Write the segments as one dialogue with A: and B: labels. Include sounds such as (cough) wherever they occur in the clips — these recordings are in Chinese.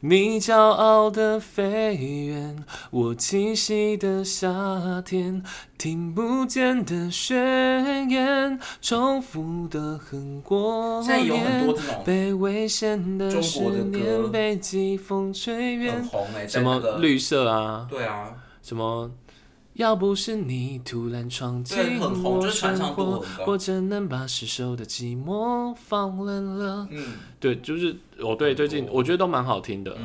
A: 你骄傲的飞远，我栖息的夏天，听不见的宣言，重复的很过
B: 现在有很
A: 年
B: 多。这种
A: 被危险的
B: 中国的
A: 思
B: 歌
A: 念被季风吹远
B: 很，红哎、在
A: 什
B: 那
A: 么
B: 个
A: 绿色啊，
B: 对啊，
A: 什么。要不是你突然闯进
B: 对很红
A: 我
B: 就是传
A: 生
B: 唱度
A: 活
B: 很，高
A: 我真能把失守的寂寞放冷了。
B: 嗯，
A: 对，就是哦，对，最近我觉得都蛮好听的。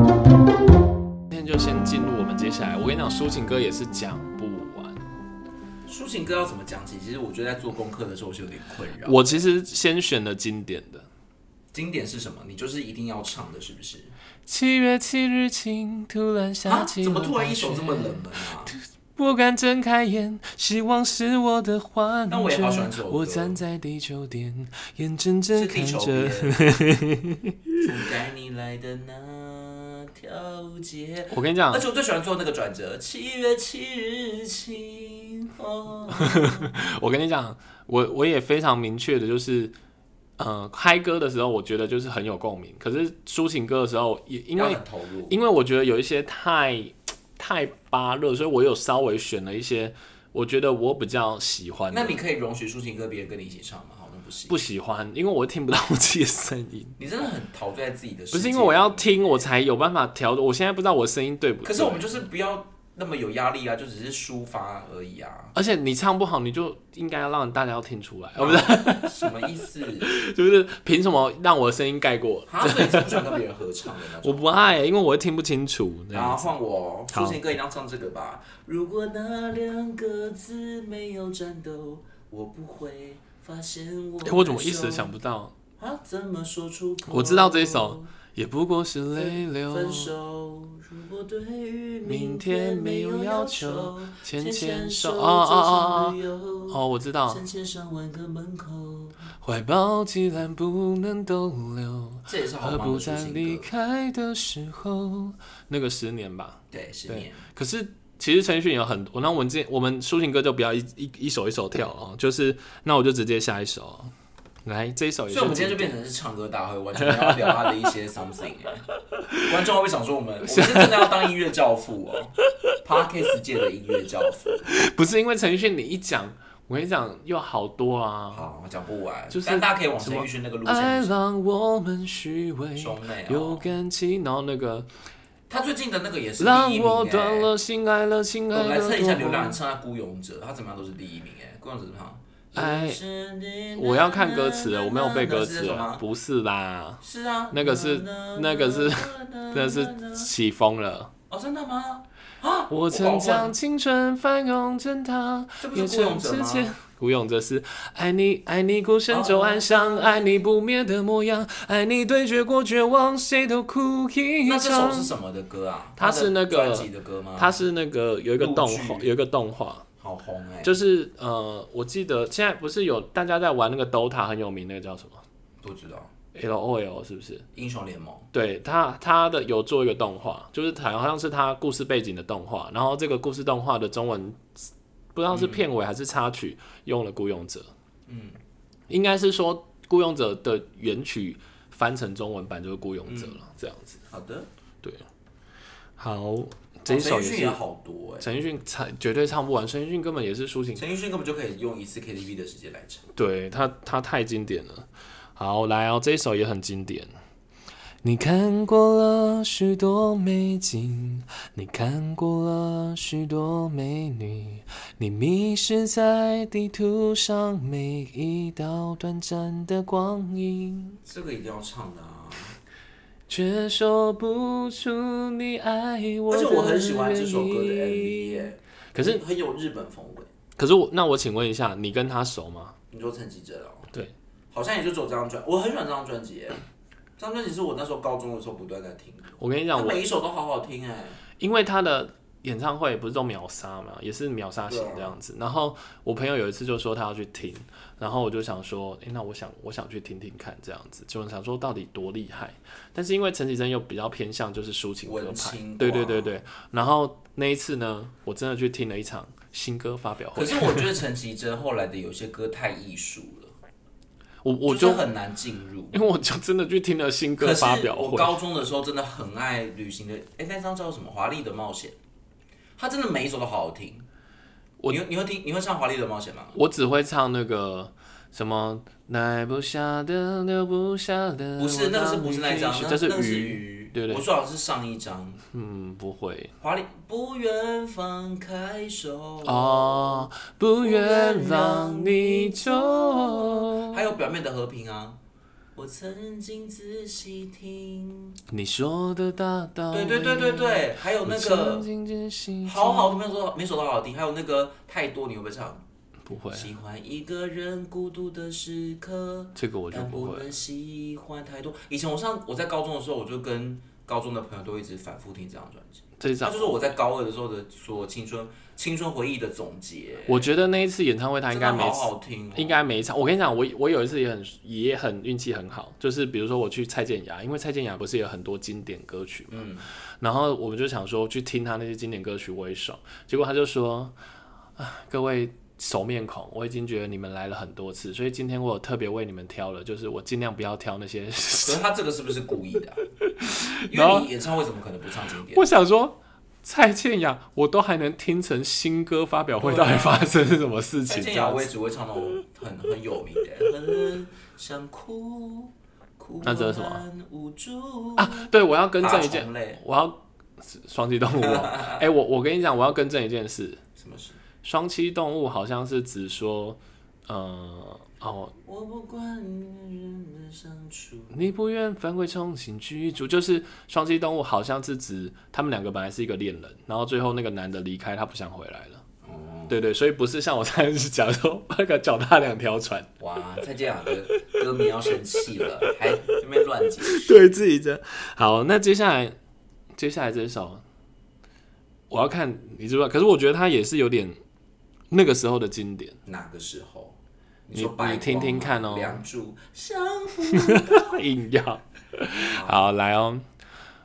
A: 今天就先进入我们接下来，我跟你讲，抒情歌也是讲不完。
B: 抒情歌要怎么讲起？其实我觉得在做功课的时候是有点困扰。
A: 我其实先选了经典的。
B: 经典是什么？你就是一定要唱的，是不是？
A: 七月七日晴，突然下
B: 啊？
A: 起、
B: 怎么突然一首这么冷？门啊？
A: 不敢睁开眼，希望是我的幻觉。
B: 那我也好喜欢这首歌
A: 我站在地球点，眼睁睁
B: 是
A: 看
B: 地球
A: 着
B: 边。。从带你来的那条街。
A: 我跟你讲
B: 而，且我最喜欢做那个转折，七月七日晴空。
A: 我跟你讲，我我也非常明确的，就是，呃，嗨歌的时候，我觉得就是很有共鸣。可是抒情歌的时候，也因
B: 要
A: 为
B: 很投入，
A: 因为我觉得有一些太太巴乐，所以我有稍微选了一些我觉得我比较喜欢的
B: 那你可以容许抒情歌别人跟你一起唱吗？好像不行，
A: 不喜欢，因为我听不到我自己的声音。
B: 你真的很陶醉在自己 (laughs) 的世界。
A: 不是因为我要听，我才有办法调。我现在不知道我声音对不对。
B: 可是我们就是不要那么有压力啊，就只是抒发而已啊。
A: 而且你唱不好，你就应该要让大家要听出来，
B: 我不是什么意思？
A: 就是凭什么让我的声音盖过？
B: 啊，所以你是不喜欢跟别人合唱的那
A: 我
B: 种。
A: 不爱、因为我会听不清楚。这
B: 然
A: 样
B: 后
A: 子
B: 换我，
A: 好
B: 抒情歌一定要唱这个吧。如果那两个字没有战斗，我不会发现我
A: 诶
B: 难受。
A: 我怎么一时想不到？
B: 啊？怎么说出口？
A: 我知道这一首。也不过是泪流，
B: 分手，如果对于
A: 明天
B: 明天
A: 没
B: 没
A: 有
B: 有
A: 要
B: 要
A: 求
B: 求，
A: 牵
B: 牵
A: 牵
B: 牵
A: 手。
B: 手
A: 哦
B: 走
A: 哦
B: 上
A: 哦
B: 旅
A: 哦，
B: 游，
A: 哦，我知道。
B: 成千上万个门口。
A: 怀抱既然不能逗留，
B: 这也是好
A: 何
B: 忙
A: 不
B: 的抒
A: 在离
B: 情歌，
A: 开的时候？那个十年吧。
B: 对，十
A: 对
B: 年。
A: 可是其实陈奕迅有很多，那我们这我们抒情歌就不要一一一首一首跳哦，就是那我就直接下一首哦，来这一首也是
B: 所以我们今天就变成是唱歌大会，完全没有要聊他的一些 something 哎观众会不会想说我们我们是真的要当音乐教父哦，Parkes 界的音乐教父。
A: 不是因为陈奕迅你一讲，我跟你讲有好多啊，
B: 好，讲不完，
A: 就是
B: 但大家可以往
A: 什
B: 陈
A: 么
B: 奕迅那个路
A: 爱
B: 线去。
A: 让我们虚伪。
B: 嗯兄妹
A: 有
B: 哦，
A: 感情，然后那个
B: 他最近的那个也是第
A: 让
B: 一名
A: 我断
B: 哎。
A: 了心，爱了心，
B: 我
A: 爱
B: 们来
A: 了
B: 测一下流量，
A: 多
B: 人唱他《孤勇者》，他怎么样都是第一名哎，《孤勇者》怎么样？
A: 哎，我要看歌词了，我没有背歌词
B: 是这首
A: 了，
B: 吗？
A: 不是啦，
B: 是啊，
A: 那个是那个是真
B: 真
A: 的是起风了。
B: 哦，真的吗？啊，
A: 我曾将青春翻涌成她，
B: 这不
A: 也
B: 是孤
A: 曾
B: 勇者
A: 之
B: 吗？
A: 前。孤勇者是爱你，爱你孤身走暗巷，
B: 哦
A: 爱你不灭的模样，爱你对决过绝望，谁都哭一
B: 那这首
A: 场
B: 是。什么的歌啊？
A: 它是那个
B: 他的专辑的歌吗？
A: 它是那个有一个动画
B: 陆，剧
A: 有一个动画，
B: 好红哎、
A: 就是呃，我记得现在不是有大家在玩那个 DOTA 很有名，那个叫什么
B: 不知道
A: L O L 是不是？
B: 英雄联盟
A: 对他，他的有做一个动画，就是好像是他故事背景的动画，然后这个故事动画的中文不知道是片尾还是插曲用了《孤勇者》，
B: 嗯，
A: 应该是说《孤勇者》的原曲翻成中文版就是《孤勇者》
B: 嗯
A: 了，这样子。
B: 好的，
A: 对，好，这一
B: 哦陈
A: 首
B: 奕
A: 也
B: 迅
A: 是
B: 也好多哎、
A: 陈奕迅唱，绝对唱不完，陈奕迅根本也是抒情，
B: 陈奕迅根本就可以用一次 KTV 的时间来唱。
A: 对他他太经典了。好，来哦，这一首也很经典。你看过了许多美景，你看过了许多美女，你迷失在地图上每一道短暂的光影，
B: 这个一定要唱的啊！
A: 却说不出你爱我
B: 而
A: 的
B: 且
A: 原因。
B: 我很喜欢这首歌的 MV 耶、
A: 可是，
B: 很有日本风味。
A: 可是我那我请问一下，你跟他熟吗？
B: 你说陈绮贞哦，
A: 对，
B: 好像也就只有这张专，我很喜欢这张专辑耶，这张专辑是我那时候高中的时候不断在听的，
A: 我跟你讲，
B: 它
A: 我
B: 每一首都好好听哎，
A: 因为他的演唱会不是都秒杀嘛，也是秒杀
B: 啊
A: 型这样子。然后我朋友有一次就说他要去听，然后我就想说，诶，那我想我想去听听看这样子，就想说到底多厉害。但是因为陈绮贞又比较偏向就是抒情歌
B: 文
A: 派
B: 青，
A: 对
B: 挂
A: 对对对。然后那一次呢，我真的去听了一场新歌发表
B: 可
A: 会，
B: 是我觉得陈绮贞后来的有些歌太艺术了，
A: 我 (laughs) 我就
B: 就
A: 是 (laughs)
B: 很难进入。
A: 因为我就真的去听了新歌
B: 可是
A: 发表
B: 我
A: 会，
B: 高中的时候真的很爱旅行的，哎、那张叫什么？《华丽的冒险》，它真的每一首都好好听。
A: 我
B: 你会你会听你会唱《华丽的冒险》吗？
A: 我只会唱那个什么耐不下的留不下的，
B: 不是，那个是不是那一张？那
A: 这
B: 那个是
A: 鱼，
B: 鱼，
A: 对不对
B: 我说好像是上一张。
A: 嗯，不会
B: 华丽不愿放开手，
A: 哦，不愿让你走。
B: 还有表面的和平啊。我曾经仔细听，
A: 你说的大道
B: 对
A: 理，
B: 对对对对，还有那
A: 曾
B: 个
A: 经真心
B: 好好，每首每首都好好听，还有那个太多，你会不会唱？
A: 不会，
B: 喜欢一个人孤独的时刻，
A: 这个我就
B: 但
A: 不
B: 不
A: 会。
B: 能喜欢太多。以前我上我在高中的时候，我就跟高中的朋友都一直反复听这张专辑，
A: 这一
B: 它
A: 张，
B: 就是我在高二的时候的所有青春青春回忆的总结。
A: 我觉得那一次演唱会他应该
B: 真的
A: 没
B: 好好听哦、
A: 应该没唱。我跟你讲，我我有一次也很也很运气很好，就是比如说我去蔡健雅，因为蔡健雅不是有很多经典歌曲嘛，
B: 嗯
A: 然后我们就想说去听他那些经典歌曲我也爽，结果他就说啊，各位。熟面孔，我已经觉得你们来了很多次，所以今天我有特别为你们挑了，就是我尽量不要挑那些 (laughs)
B: 可是他这个是不是故意的啊、因
A: 然后
B: 为你演唱会怎么可能不唱经典？
A: 我想说，蔡健雅我都还能听成新歌发表会，
B: 对
A: 到
B: 啊
A: 底发生什么事
B: 蔡
A: 情？
B: 健
A: 这
B: 雅
A: 样
B: 我
A: 子
B: 也只会唱那种很很有名的，很想哭，哭
A: 那这是什么
B: 么？无助
A: 啊，对，我要更正一
B: 爬
A: 件
B: 虫类，
A: 我要双栖动物哦。哎、我我跟你讲，我要更正一件事，
B: 什么事？
A: 双栖动物好像是指说，呃，哦，
B: 我不管与人的相处。
A: 你不愿返回重新居住，就是双栖动物好像是指他们两个本来是一个恋人，然后最后那个男的离开，他不想回来了。
B: 哦，
A: 对对，所以不是像我上次讲说 (laughs) 那个脚踏两条船，
B: 哇，蔡健雅的歌迷要生气了， (laughs) 还在那边乱解释。
A: 对自己的。好，那接下来接下来这首，我要看你知不知道？可是我觉得它也是有点那个时候的经典。
B: 哪个时候？
A: 你
B: 说白光
A: 你听听看哦
B: 梁祝相
A: (laughs)
B: 互。
A: 硬要。好，来哦。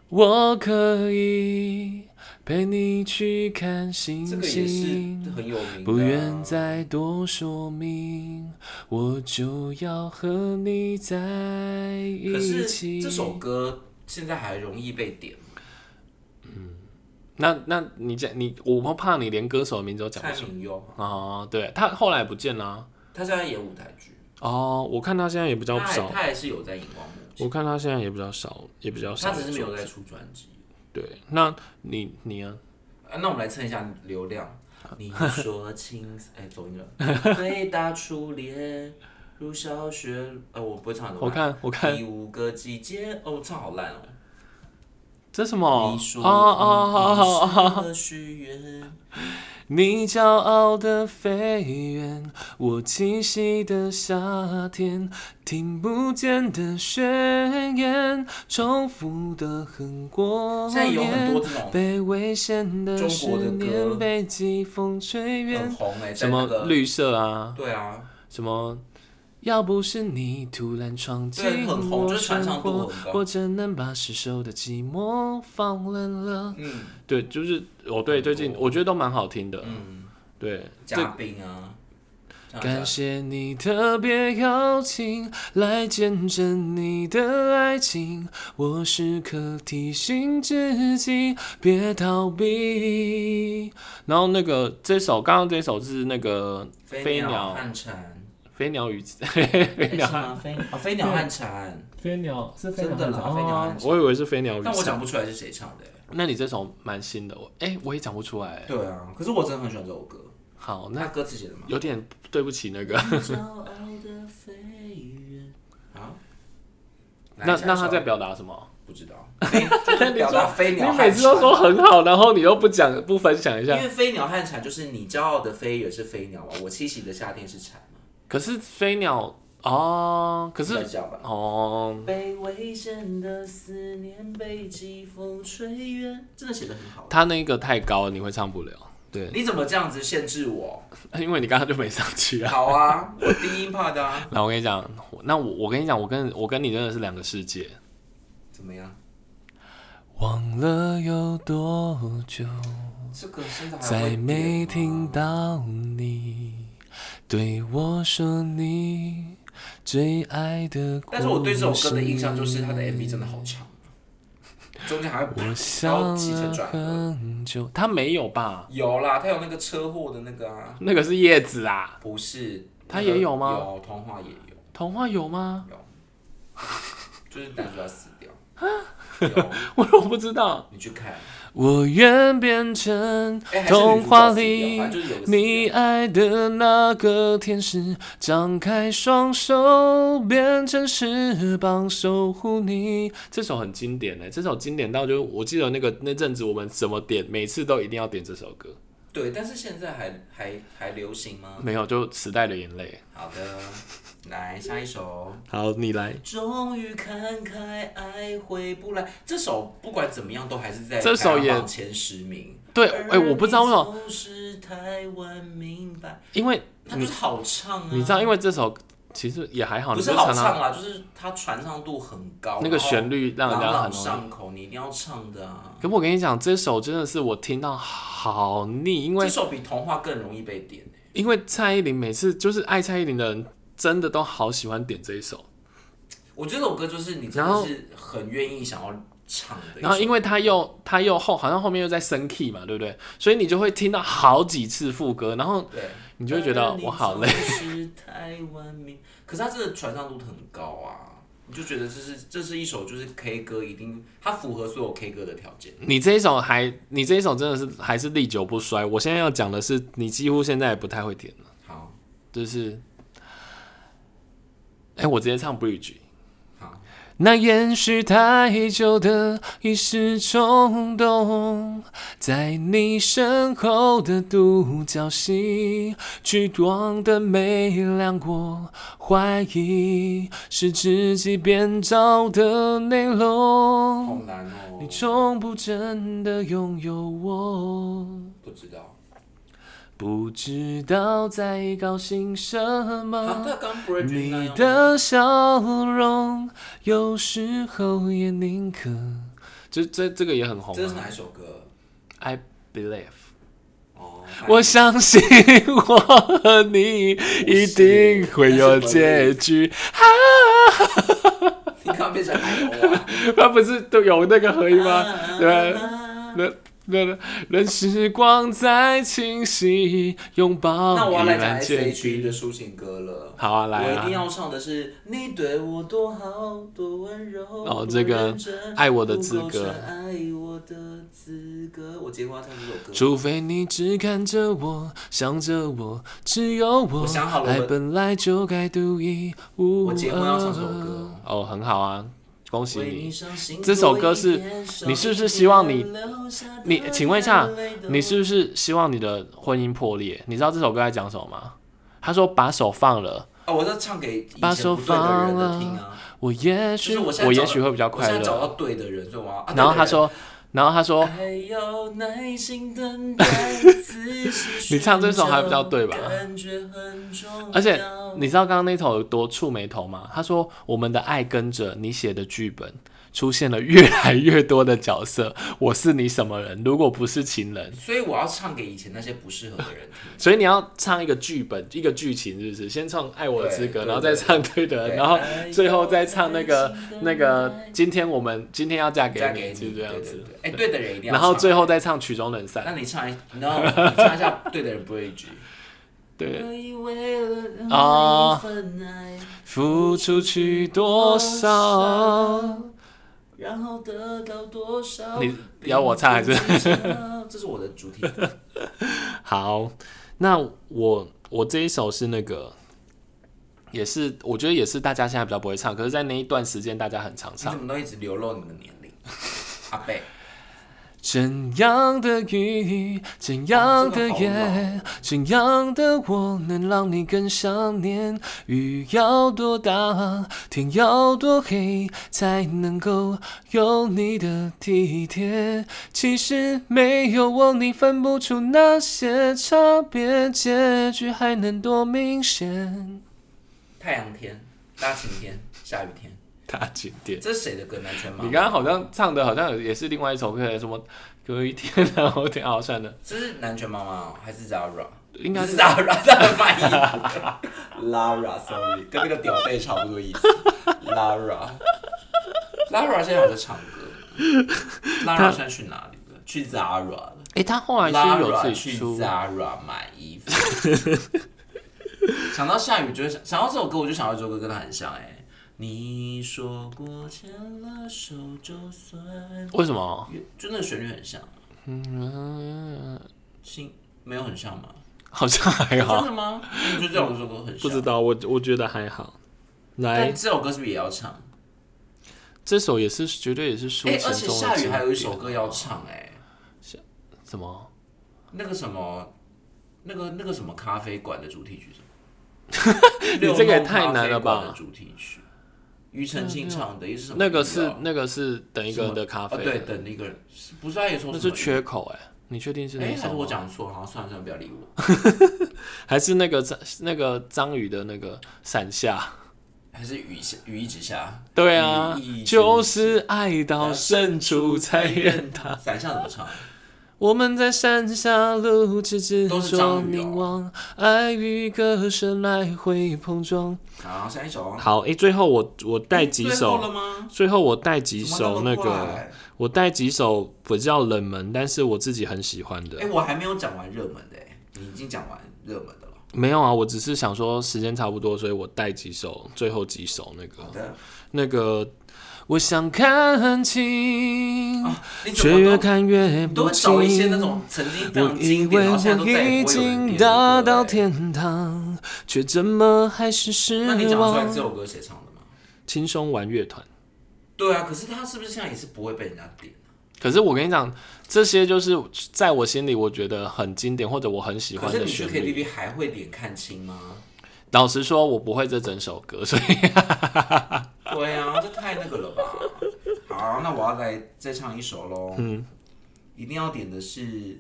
A: 我可以陪你去看星
B: 这个也是
A: 星，
B: 很有名的、啊。
A: 不愿再多说明，我就要和你在一
B: 可是
A: 起。
B: 这首歌现在还容易被点，
A: 那那你讲你，我不怕你连歌手的名字都讲不
B: 蔡
A: 出
B: 明佑，
A: 哦，对他后来不见啦、
B: 他现在演舞台剧，
A: 哦，我看他现在也比较
B: 他还
A: 少，
B: 他还是有在荧光幕
A: 我看他现在也比较少，也比较
B: 前，
A: 少。
B: 他只是没有在出专辑。
A: 对，那你你呢？
B: 啊，那我们来蹭一下流量。你
A: (laughs)
B: 说青，哎，走音了。最大初恋如小雪，呃，我不会唱的。
A: 我看我看
B: 第五个季节，哦，我唱好烂哦。
A: 这什么？
B: 你说
A: 哦哦哦哦！
B: 哦哦，许愿，
A: 你骄傲的飞远，我栖息的夏天，听不见的宣言，重复的很过
B: 现在有很
A: 年
B: 多，这种
A: 被危险的
B: 中国的
A: 思念
B: 歌
A: 被季风吹
B: 很
A: 远。
B: 红哎，在
A: 什
B: 那
A: 么
B: 个
A: 绿色啊？
B: 对啊，
A: 什么？要不是你突然闯进
B: 对很红
A: 我
B: 就是传
A: 生
B: 唱度
A: 活
B: 很，高
A: 我真能把失守的寂寞放冷了。
B: 嗯
A: 对，就是我对最近我觉得都蛮好听的，
B: 嗯，
A: 对。
B: 嘉宾啊，这样子啊
A: 感谢你特别邀请来见证你的爱情，我时刻提醒自己别逃避。然后那个这首刚刚这首是那个飞
B: 飞鸟
A: 鸟
B: 和蝉，
A: 飞鸟与 (laughs) 飞
B: 哎
A: 鸟
B: 是吗飞啊飞鸟和蝉，
A: (laughs) 飞鸟是
B: 飞鸟真的啦还是飞鸟还
A: 哦
B: 是
A: 我以为是飞鸟与
B: 但我讲
A: 蝉。
B: 不出来是谁唱的欸。
A: 那你这首蛮新的，我哎、我也讲不出来。
B: 对啊，可是我真的很喜欢这首歌。
A: 好，那
B: 那歌词写的吗？
A: 有点对不起那个。
B: 骄傲的飞远啊，
A: 那那他在
B: 表
A: 表达什么？
B: 不知
A: (laughs)
B: 道，飞就是表达飞
A: 哎你
B: 鸟和蝉。
A: 每次都说很好，然后你又不讲不分享一
B: 因
A: 下。
B: 为飞鸟和蝉就是你骄傲的飞也是飞鸟嘛，我栖息的夏天是蝉嘛。
A: 可是飞鸟哦，可
B: 在
A: 是
B: 讲吧。
A: 哦，
B: 被危险的思念被季风吹远，真的写的很好。
A: 他那个太高了，你会唱不了。对， (laughs)
B: 你怎么这样子限制我？
A: 因为你刚刚就没上去啊。 (laughs)
B: 好啊，我低音怕的啊。
A: 那我跟你讲，我那我我跟你讲，我跟我跟你真的是两个世界。
B: 怎么样？
A: 忘了有多久，
B: 这个现在还会
A: 再
B: 点
A: 没
B: 吗
A: 听到你对我说你最爱的故事。
B: 但是我对这首歌的印象就是它的 MV 真的好长，中间还会
A: 我
B: 然
A: 想
B: 后起承
A: 了
B: 转合。
A: 很久，他没有吧？
B: 有啦，他有那个车祸的那个啊，
A: 那个是叶子啊，
B: 不是？
A: 他
B: 那个
A: 也有吗
B: 有，童话也有，
A: 童话有吗？ (laughs)
B: 就是男主角死掉。
A: 啊
B: 有，
A: 我都不知道。
B: 你去看。
A: 我愿变成
B: 哎，还是女
A: 童
B: 主
A: 话
B: 角死掉，
A: 里
B: 反正就是有个死
A: 你
B: 掉。
A: 爱的那个天使，张开双手变成翅膀守护你。这首很经典呢、这首经典到就我记得那个那阵子我们怎么点，每次都一定要点这首歌，
B: 对，但是现在还还还流行吗？
A: 没有就时代的眼泪。
B: 好的，来下一首。
A: 好，你来。
B: 终于看开，爱回不来。这首不管怎么样都还是在
A: 这首也
B: 排行榜前十名。
A: 对，哎、我不知道为什么，
B: 么。是太晚明白，
A: 因为
B: 它就是好唱啊。
A: 你知道，因为这首其实也还好，
B: 不
A: 你
B: 是
A: 就常
B: 好
A: 常
B: 唱啦，就是它传唱度很高，
A: 那个旋律让人
B: 然后
A: 家很
B: 朗朗
A: 容易。
B: 上口，你一定要唱的啊。
A: 可我跟你讲，这首真的是我听到好腻，因为
B: 这首比童话更容易被点、欸，
A: 因为蔡依林每次就是爱蔡依林的人，真的都好喜欢点这一首。
B: 我觉得这首歌就是你真
A: 然后
B: 的是很愿意想要唱的一首。
A: 然后因为他又他又后好像后面又在升 key 嘛，对不对？所以你就会听到好几次副歌，然后
B: 对，
A: 你就会觉得我好累。 (laughs)
B: 是太完美，可是它这个传唱度很高啊，你就觉得这是这是一首就是 K 歌，一定它符合所有 K 歌的条件。
A: 你这一首还你这一首真的是还是历久不衰。我现在要讲的是，你几乎现在也不太会点了，
B: 好，
A: 就是，哎、我直接唱 bridge。
B: 好，
A: 那延续太久的一时冲动，在你身后的独角戏，举动的没量过，怀疑是知己编造的内
B: 好
A: 容。
B: 难哦、
A: 你从不真的拥有我。
B: 不知道。
A: 不知道在高兴什
B: 啊，
A: 么，
B: 他刚 Bridge 那
A: 你
B: 样吗，
A: 的笑容有时候也宁可。这这这个也很红、
B: 这是
A: 啊。
B: 哪一首歌？
A: I believe，
B: 哦，
A: 我相信我和你一定会有结
B: (laughs)
A: 局。啊
B: 你刚刚变成海鸥 (laughs) 啊？
A: 他不是都有那个合音吗？对吧
B: 那
A: 那那任时光再清晰，拥
B: 那
A: 抱
B: 我要
A: 依
B: 来讲
A: 然
B: S
A: 坚
B: H E
A: 定。
B: 的抒情歌了。
A: 好啊，来
B: 我一
A: 啊
B: 定！要唱的是你对我多好，多温柔。
A: 哦这个
B: 多认真
A: 爱我的资格
B: 不构成爱我的资格。我结婚要唱这首歌。
A: 除非你只看着我，想着我，只有我。
B: 我想好了
A: 爱
B: 我
A: 本来就该独一无二。
B: 我结婚要唱这首歌
A: 哦，很好啊，恭喜
B: 为你
A: 你。
B: 伤心
A: 这首歌是
B: 多一点
A: 你是不是希望你
B: 少一点留下的
A: 你请问一下
B: 眼泪都
A: 你是不是希望你的婚姻破裂？你知道这首歌在讲什么吗？他说：“把手放了，
B: 啊？我在唱给以前
A: 把手
B: 不对的人的听
A: 放
B: 啊。
A: 我也
B: 就
A: 许
B: 是我现在
A: 也
B: 找
A: 许会比较
B: 我现
A: 快
B: 在找
A: 乐。
B: 到对的人，所以我要。啊”
A: 然后他，说：“然后他
B: 对
A: 说
B: 的人还要耐心等
A: (laughs)
B: 待仔细
A: 你唱这首还比较
B: 寻找
A: 对吧
B: 感觉很重要
A: 而且你知道刚刚那头有多触眉头吗？他说：“我们的爱跟着你写的剧本出现了越来越多的角色，我是你什么人？如果不是情人，
B: 所以我要唱给以前那些不适合的人听。
A: 所以你要唱一个剧本，一个剧情，是不是？先唱《爱我的资格》，
B: 对
A: 然后再唱《对的人》，
B: 对
A: 然后最后再唱那个那个今天我们今天要嫁 (laughs) 给
B: 嫁
A: 你，
B: 给
A: 就
B: 你，
A: 这样
B: 对
A: 子
B: 对。对哎，对的人一定要
A: 然
B: 唱。
A: 后最后再唱《曲终人散
B: 那》。你唱一，no，你唱
A: (laughs)
B: 一下对的人 bridge。
A: 对，
B: 啊，
A: 付出去多少？
B: 然后得到多少？
A: 你要我唱还是？
B: 这是我的主题歌。
A: (laughs) 好，那我我这一首是那个，也是我觉得也是大家现在比较不会唱，可是，在那一段时间大家很常
B: 你
A: 唱。
B: 怎么都一直流露你的年龄？阿贝，
A: 怎样的雨，怎样的夜，
B: 哦这个好老
A: 怎样的我能让你更想念？雨要多大，天要多黑，才能够有你的体贴？其实没有我，你分不出那些差别，结局还能多明显？
B: 太阳天、大晴天、下雨天，
A: 大景点。
B: 这是谁的歌？南拳妈
A: 你
B: 妈。
A: 刚刚好像唱的，好像有也是另外一首歌，什么隔一天然后天好算了，
B: 这是南拳妈妈哦还是 Zara？
A: 应该是
B: Zara Zara 卖衣服，Lara，sorry，
A: (laughs)
B: 跟那个屌贝差不多意思。Lara Lara 现在还在唱歌，Lara 现在去哪里了？去 Zara 了。
A: 哎、他后来是有
B: Lara
A: 自
B: 去
A: 己出，
B: Zara 买衣服。 (laughs) 想到下雨就会想，想到这首歌我就想到这首歌跟它很像哎、你说过牵了手就算，
A: 为什么？ (laughs)
B: 就那个旋律很像，心没有很像吗？
A: 好像还
B: 真
A: 好，
B: 的吗？你觉得这首歌很像？
A: 不知道，我我觉得还好。来
B: 但，这首歌是不是也要唱？
A: 这首也是绝对也是抒
B: 哎、
A: 情中
B: 而
A: 的
B: 且
A: 经典。
B: 下雨还有一首歌要唱哎、
A: 什么？
B: 那个什么，那个那个什么咖啡馆的主题曲是什么？
A: (laughs) 你这个也太难了吧
B: 六弄咖啡馆的主题曲，庾澄庆唱的，也是什么
A: 那个
B: 民谣
A: 是那个是等一个人的咖啡，
B: 哦对，等一个人，是不是他也说
A: 那
B: 什
A: 是
B: 么？
A: 缺口哎、你确定是
B: 哎、
A: 那
B: 还是
A: 首
B: 我
A: 吗？
B: 讲错，好像算了算了，不要理我。
A: 还是那个张那个张宇的那个伞下？
B: 还是雨下雨一直下，
A: 对啊
B: 雨一，直
A: 就是爱到深处才
B: 哎
A: 愿他。
B: 伞下怎么唱？
A: 我们在山下路痴痴说
B: 哦
A: 凝望，爱与歌声来回碰撞。
B: 好，下一首。哎
A: 好，诶，最后我我带几
B: 最后
A: 首，
B: 了吗？
A: 最后我带几首
B: 怎
A: 那
B: 么么
A: 个，
B: 快
A: 我带几首比较冷门，但是我自己很喜欢的
B: 哎、。我还没有讲完热门的、哎，你已经讲完热门的了。
A: 没有啊，我只是想说时间差不多，所以我带几首，最后几首那
B: 好
A: 个
B: 的，
A: 那个，我想看清，
B: 啊你怎
A: 却
B: 么
A: 越
B: 都
A: 看越
B: 你都
A: 不
B: 会找一些
A: 清
B: 那。种曾经非
A: 我
B: 常
A: 以
B: 经典，
A: 为
B: 然后现在
A: 我
B: 都再也
A: 已
B: 不会有人
A: 经
B: 点的
A: 达
B: 歌
A: 到
B: 了。哎
A: 天堂，却怎么还是失
B: 那你讲出来这
A: 望？
B: 首歌谁唱的吗？
A: 轻松玩乐团。
B: 对啊，可是他是不是现在也是不会被人家点？啊
A: 可是我跟你讲，这些就是在我心里我觉得很经典，或者我很喜
B: 可
A: 欢
B: 是
A: 的
B: 你去
A: 旋律。
B: KTV 还会点看清吗？
A: 老实说，我不会这整首歌，所以
B: 对啊，这太那个了吧。好，那我要来再唱一首喽。嗯，一定要点的是。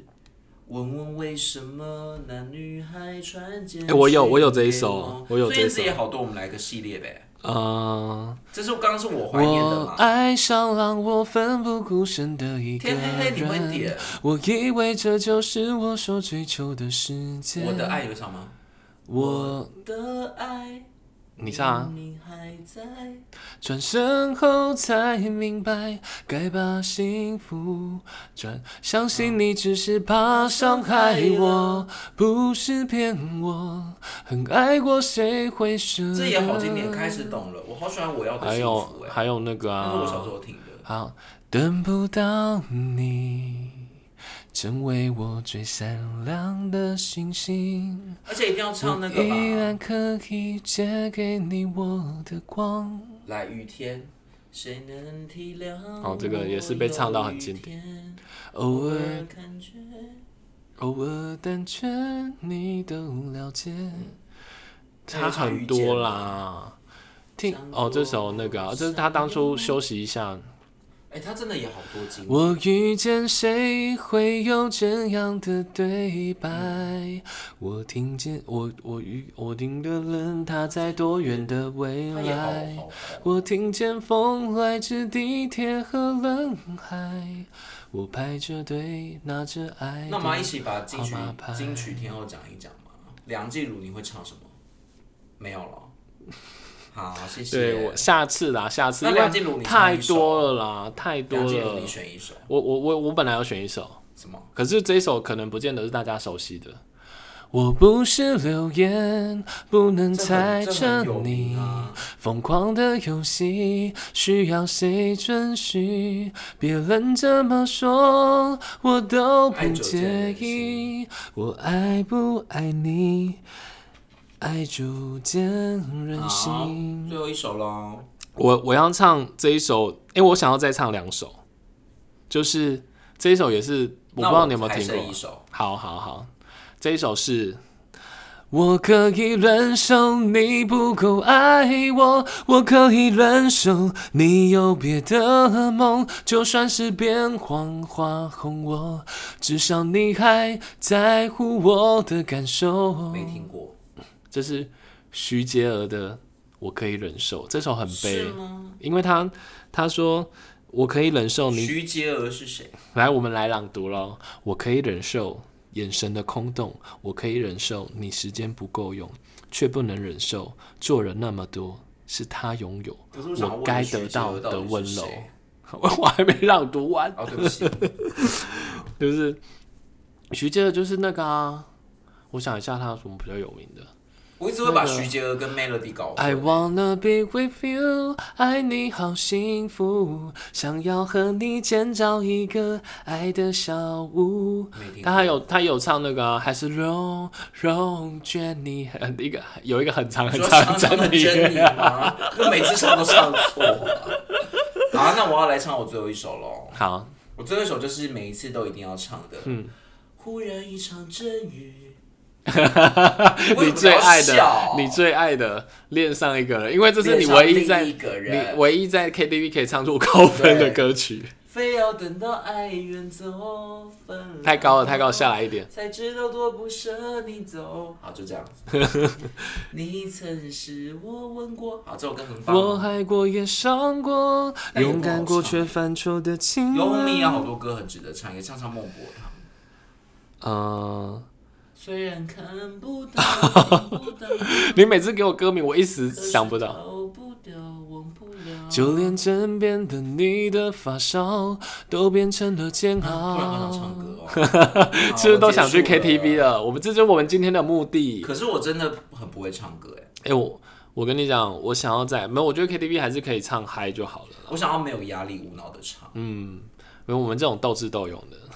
B: 问问为什么男女孩传简讯
A: 哎我有我有这一
B: 给
A: 首我有这一
B: 最近也
A: 首
B: 好多，我们来个系列呗。
A: 嗯，
B: 这是刚刚是我怀念的
A: 我
B: 嘛？
A: 爱上让我奋不顾身的一个
B: 天黑黑，你会
A: 人。
B: 点？
A: 我以为这就是我所追求的世界。
B: 我的，爱有唱吗？
A: 我
B: 的爱，
A: 你唱啊。
B: 你还在，
A: 转身后才明白，该把幸福转。相信你只是怕伤害我，不是骗我。很爱过，谁会舍得？
B: 这也好经典，开始懂了，我好喜欢我要的
A: 还
B: 幸
A: 有
B: 福哎、欸，
A: 还有那个
B: 那
A: 啊
B: 是，我小时候听的，
A: 好，等不到你，成为我最闪亮的星星。
B: 而且一定要唱那个
A: 依然
B: 吧，
A: 可以借给你我的光。
B: 来雨天，谁能体谅？
A: 哦这个也是被唱到很经
B: 典，
A: 偶
B: 偶
A: 尔
B: 尔感觉
A: 偶尔，但却你都了解。差
B: 那哎有唱
A: 很
B: 遇见
A: 多
B: 吗
A: 啦，听
B: 想
A: 哦，这
B: 做
A: 首那个、啊，这是
B: 什
A: 他当初休息一下。
B: 哎、他真的也好多经典，
A: 我遇见谁会有这样的对白？我听见我我遇我听的人他在多远的未
B: 他也好
A: 来？
B: 好好。
A: 我听见风来自地铁和人海，我排着队拿着爱
B: 那我们
A: 的
B: 一起把金曲
A: 好麻烦
B: 金曲天后讲一讲嘛。梁静茹你会唱什么？没有了。好，谢谢。
A: 对我下次啦，下次
B: 那
A: 因为
B: 梁静茹你唱
A: 太
B: 一首
A: 多了啦，太多
B: 梁静茹
A: 了
B: 你。选一首
A: 我我我我本来要选一首，
B: 什么？
A: 可是这一首可能不见得是大家熟悉的。我不是流言，不能
B: 这很
A: 猜
B: 这
A: 测
B: 很有
A: 你
B: 名。啊。
A: 疯狂的游戏需要谁准许？别人怎么说，我都不介意。我爱不爱你，爱逐渐任
B: 好
A: 性，。
B: 最后一首喽。
A: 我我要唱这一首，哎、我想要再唱两首，就是这一首也是我不知
B: 那
A: 道你有没有
B: 还
A: 听
B: 剩
A: 过啊
B: 一。首，
A: 好好好，这一首是。我可以忍受你不够爱我，我可以忍受你有别的梦，就算是变谎话哄我，至少你还在乎我的感受。
B: 没听过，
A: 这是徐杰儿的《我可以忍受》，这首很悲
B: 是，吗？
A: 因为他他说我可以忍受你
B: 徐杰儿是谁？
A: 来，我们来朗读喽。我可以忍受眼神的空洞，我可以忍受你时间不够用，却不能忍受做人那么多是他拥有
B: 可是我想要
A: 我
B: 问
A: 该
B: 徐
A: 得
B: 杰儿到
A: 的
B: 底是
A: 温柔 (laughs)
B: 谁。
A: 我我还没朗读完，
B: 哦，对不起，
A: 就是徐杰的，就是那个啊。我想一下，他有什么比较有名的
B: 我一直会把
A: 那个
B: 徐杰儿跟 Melody 搞混。
A: ？I wanna be with you，爱你好幸福，想要和你建造一个爱的小屋。
B: 没听
A: 他
B: 过，
A: 还有他有唱那个、啊、还是容容卷你很一个有一个很长
B: 你
A: 很
B: 说
A: 长
B: 唱
A: 很长
B: 张
A: 的
B: 的
A: 音乐
B: 珍妮吗？我
A: 啊
B: 每次唱都唱错了。好，那我要来唱我最后一首喽。
A: (laughs) 好，
B: 我最后一首就是每一次都一定要唱的。嗯。忽然一场阵雨。
A: 你
B: 我也不知
A: 最
B: 道
A: 爱的
B: 笑，
A: 你最爱的恋上一个人，因为这是你
B: 恋上
A: 唯一
B: 另
A: 在
B: 一个
A: 你
B: 人
A: 唯一在 KTV 可以唱出高分的歌曲，
B: 非要等到爱远走分
A: 太高了，太高了，下来一点。
B: 才知道多不舍你走。好，就 (laughs) 这样子。你曾是我吻过，好，这首歌很棒。
A: 我
B: 哦
A: 爱过也伤过，
B: 但也不
A: 勇敢
B: 好
A: 过
B: 唱
A: 却犯错的情
B: 游鸿明也
A: 人。
B: 好多歌很值得唱，也唱唱孟婆汤。啊
A: 嗯，
B: 虽然看不到，听不到，
A: 你每次给我歌名，我一时
B: 可是
A: 想不到。
B: 逃不掉，忘不了。
A: 就连枕边的你的发梢都变成了煎
B: (laughs) 突然好想
A: 熬。
B: 唱歌 (laughs) 哦，好
A: 是不是都想去 KTV。
B: 我结束了
A: 了？我们这就是我们今天的目的。
B: 可是我真的很不会唱歌哎，
A: 哎、我我跟你讲，我想要在没有，我觉得 KTV 还是可以唱嗨就好了啦。
B: 我想要没有压力、无脑的唱，
A: 嗯，没有我们这种斗智斗勇的。 (laughs)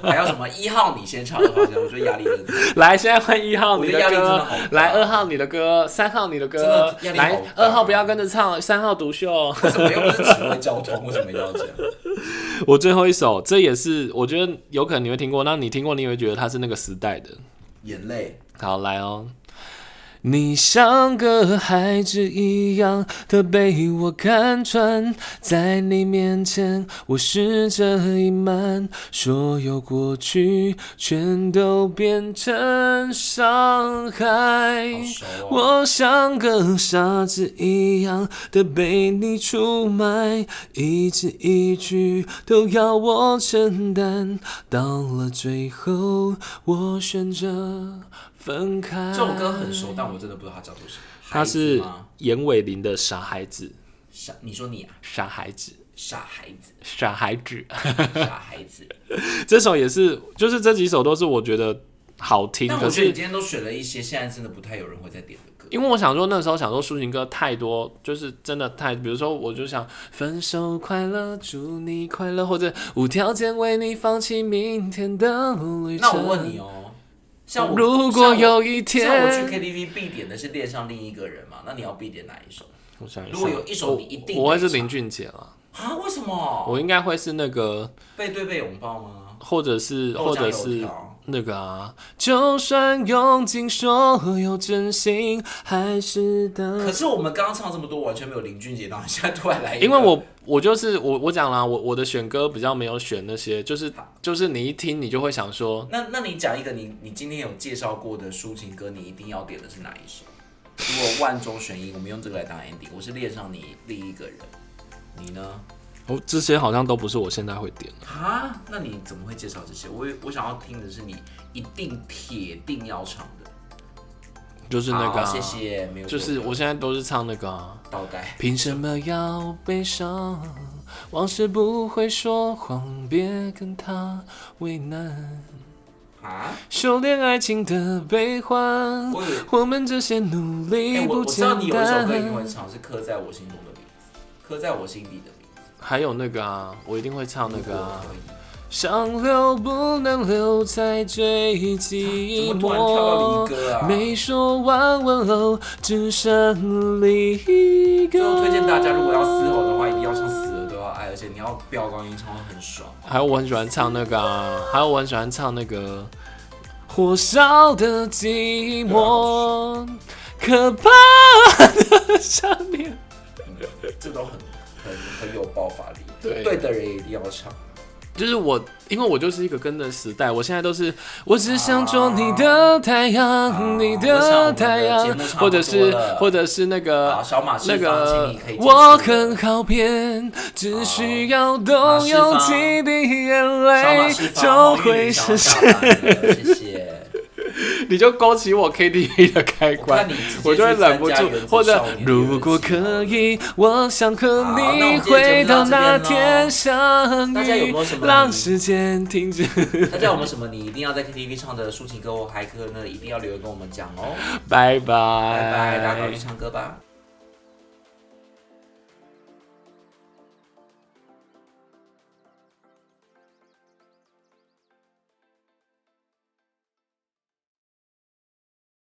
B: 还要什么一号你先唱的话，我觉得压力真的
A: 来，现在换一号
B: 我
A: 你
B: 觉得压力真的
A: 歌
B: 好大，
A: 来二号你的歌，三号你的
B: 真
A: 歌
B: 的，压力好
A: 来
B: 大
A: 二号不要跟着唱，三号独秀。
B: 为什么又不是指挥交通？为什么一定要这样？
A: (laughs) 我最后一首，这也是我觉得有可能你会听过，那你听过你也会觉得它是那个时代的。
B: 眼泪，
A: 好，来哦。你像个孩子一样的被我看穿，在你面前我试着隐瞒，所有过去全都变成伤害。
B: 好熟哦。
A: 我像个傻子一样的被你出卖，一字一句都要我承担。到了最后，我选择分开。
B: 这首歌很熟，但我真的不知道它叫做什么。
A: 它
B: 孩
A: 是
B: 子吗
A: 严伟林的《傻孩子》，
B: 傻，你说你啊，
A: 傻孩子，
B: 傻孩
A: (laughs)
B: 子，
A: 傻孩子。
B: 傻孩子。
A: 这首也是，就是这几首都是我觉得好听，
B: 但
A: 可
B: 我觉得你
A: 是
B: 今天都选了一些现在真的不太有人会再点的歌。
A: 因为我想说，那时候想说抒情歌太多，就是真的太，比如说我就想分手快乐，祝你快乐，或者无条件为你放弃明天的旅程。
B: 那我问你，哦，像我
A: 如果有一
B: 像我像我去
A: 天，
B: KTV 必点的是恋上另一个人嘛，那你要必点哪一首
A: 我想一下
B: 如果有一首你一定
A: 我我会是
B: 得唱
A: 林俊杰了，
B: 啊？为什么？
A: 我应该会是那个，
B: 背对背拥抱吗？
A: 或者是
B: 豆
A: 或
B: 浆
A: 者
B: 油
A: 是
B: 条。
A: 那个啊，就算用尽所有真心，还是等
B: 可是我们刚刚唱这么多，完全没有林俊杰，然后现在突然来一个，
A: 因为我我就是我我讲啦，我我的选歌比较没有选那些，就是就是你一听你就会想说，
B: 那那你讲一个你你今天有介绍过的抒情歌，你一定要点的是哪一首？如果万中选一，我们用这个来当 ending。我是恋上你另一个人，你呢？
A: 哦，这些好像都不是我现在会点的。
B: 啊？那你怎么会介绍这些？我我想要听的是你一定铁定要唱的，
A: 就是那个、啊，
B: 好哦谢，谢，没有
A: 就
B: 错
A: 是我现在都是唱那个、啊，
B: 倒带。
A: 凭什么要悲伤？往事不会说谎，别跟他为难。
B: 啊？
A: 修炼爱情的悲欢
B: 我以为，
A: 我们这些努
B: 哎、
A: 力
B: 我
A: 不
B: 我知
A: 简
B: 道你有一首歌一定
A: 单。
B: 会唱，是刻在我心中的名字，刻在我心底的名字。
A: 还有那个啊，我一定会唱那个啊
B: 我。可以
A: 想留不能留在最
B: 怎
A: 寂
B: 么突然跳到
A: 寞
B: 离。歌啊？
A: 没说完温柔，只剩离歌。
B: 最后推荐大家，如果要嘶吼的话，一定要唱《死了都要爱》，而且你要飙高音唱会很爽。
A: 还有我很喜欢唱那个啊，还有我很喜欢唱那个火烧的寂寞，可怕的 (laughs) 想念。
B: 嗯这都很很很有爆发力。
A: 对
B: 对的人一定要唱。
A: 就是我，因为我就是一个跟着时代，我现在都是，我只想做你的太阳，你的太
B: 啊我想我
A: 阳
B: 们的节目差，不
A: 或
B: 多了
A: 者是或者是那个
B: 好，小马
A: 那
B: 释放，请
A: 个
B: 你可以结束
A: 我
B: 了
A: 很好骗，只需要动用几滴眼
B: 小马
A: 泪
B: 释放，
A: 就
B: 黄玉
A: 会
B: 玲想
A: 实
B: 要下
A: 现。
B: 班了谢谢。
A: (laughs) 你就勾起我 KTV 的开
B: 我
A: 关
B: 看你直接，
A: 我就会忍不
B: 去参
A: 住
B: 加原子，
A: 或者
B: 少年
A: 如果
B: 原
A: 可
B: 子
A: 以，我想和
B: 好那我
A: 你
B: 们今天
A: 回
B: 节目到
A: 到
B: 这边
A: 那
B: 咯
A: 天相
B: 大家有没
A: 遇
B: 有什，么
A: 让时间停止。
B: 大家有没有什么你一定要在 KTV 唱的抒情歌或嗨歌呢？一定要留言跟我们讲哦。
A: 拜拜，
B: 拜
A: 拜
B: 拜，大家赶快去唱歌吧。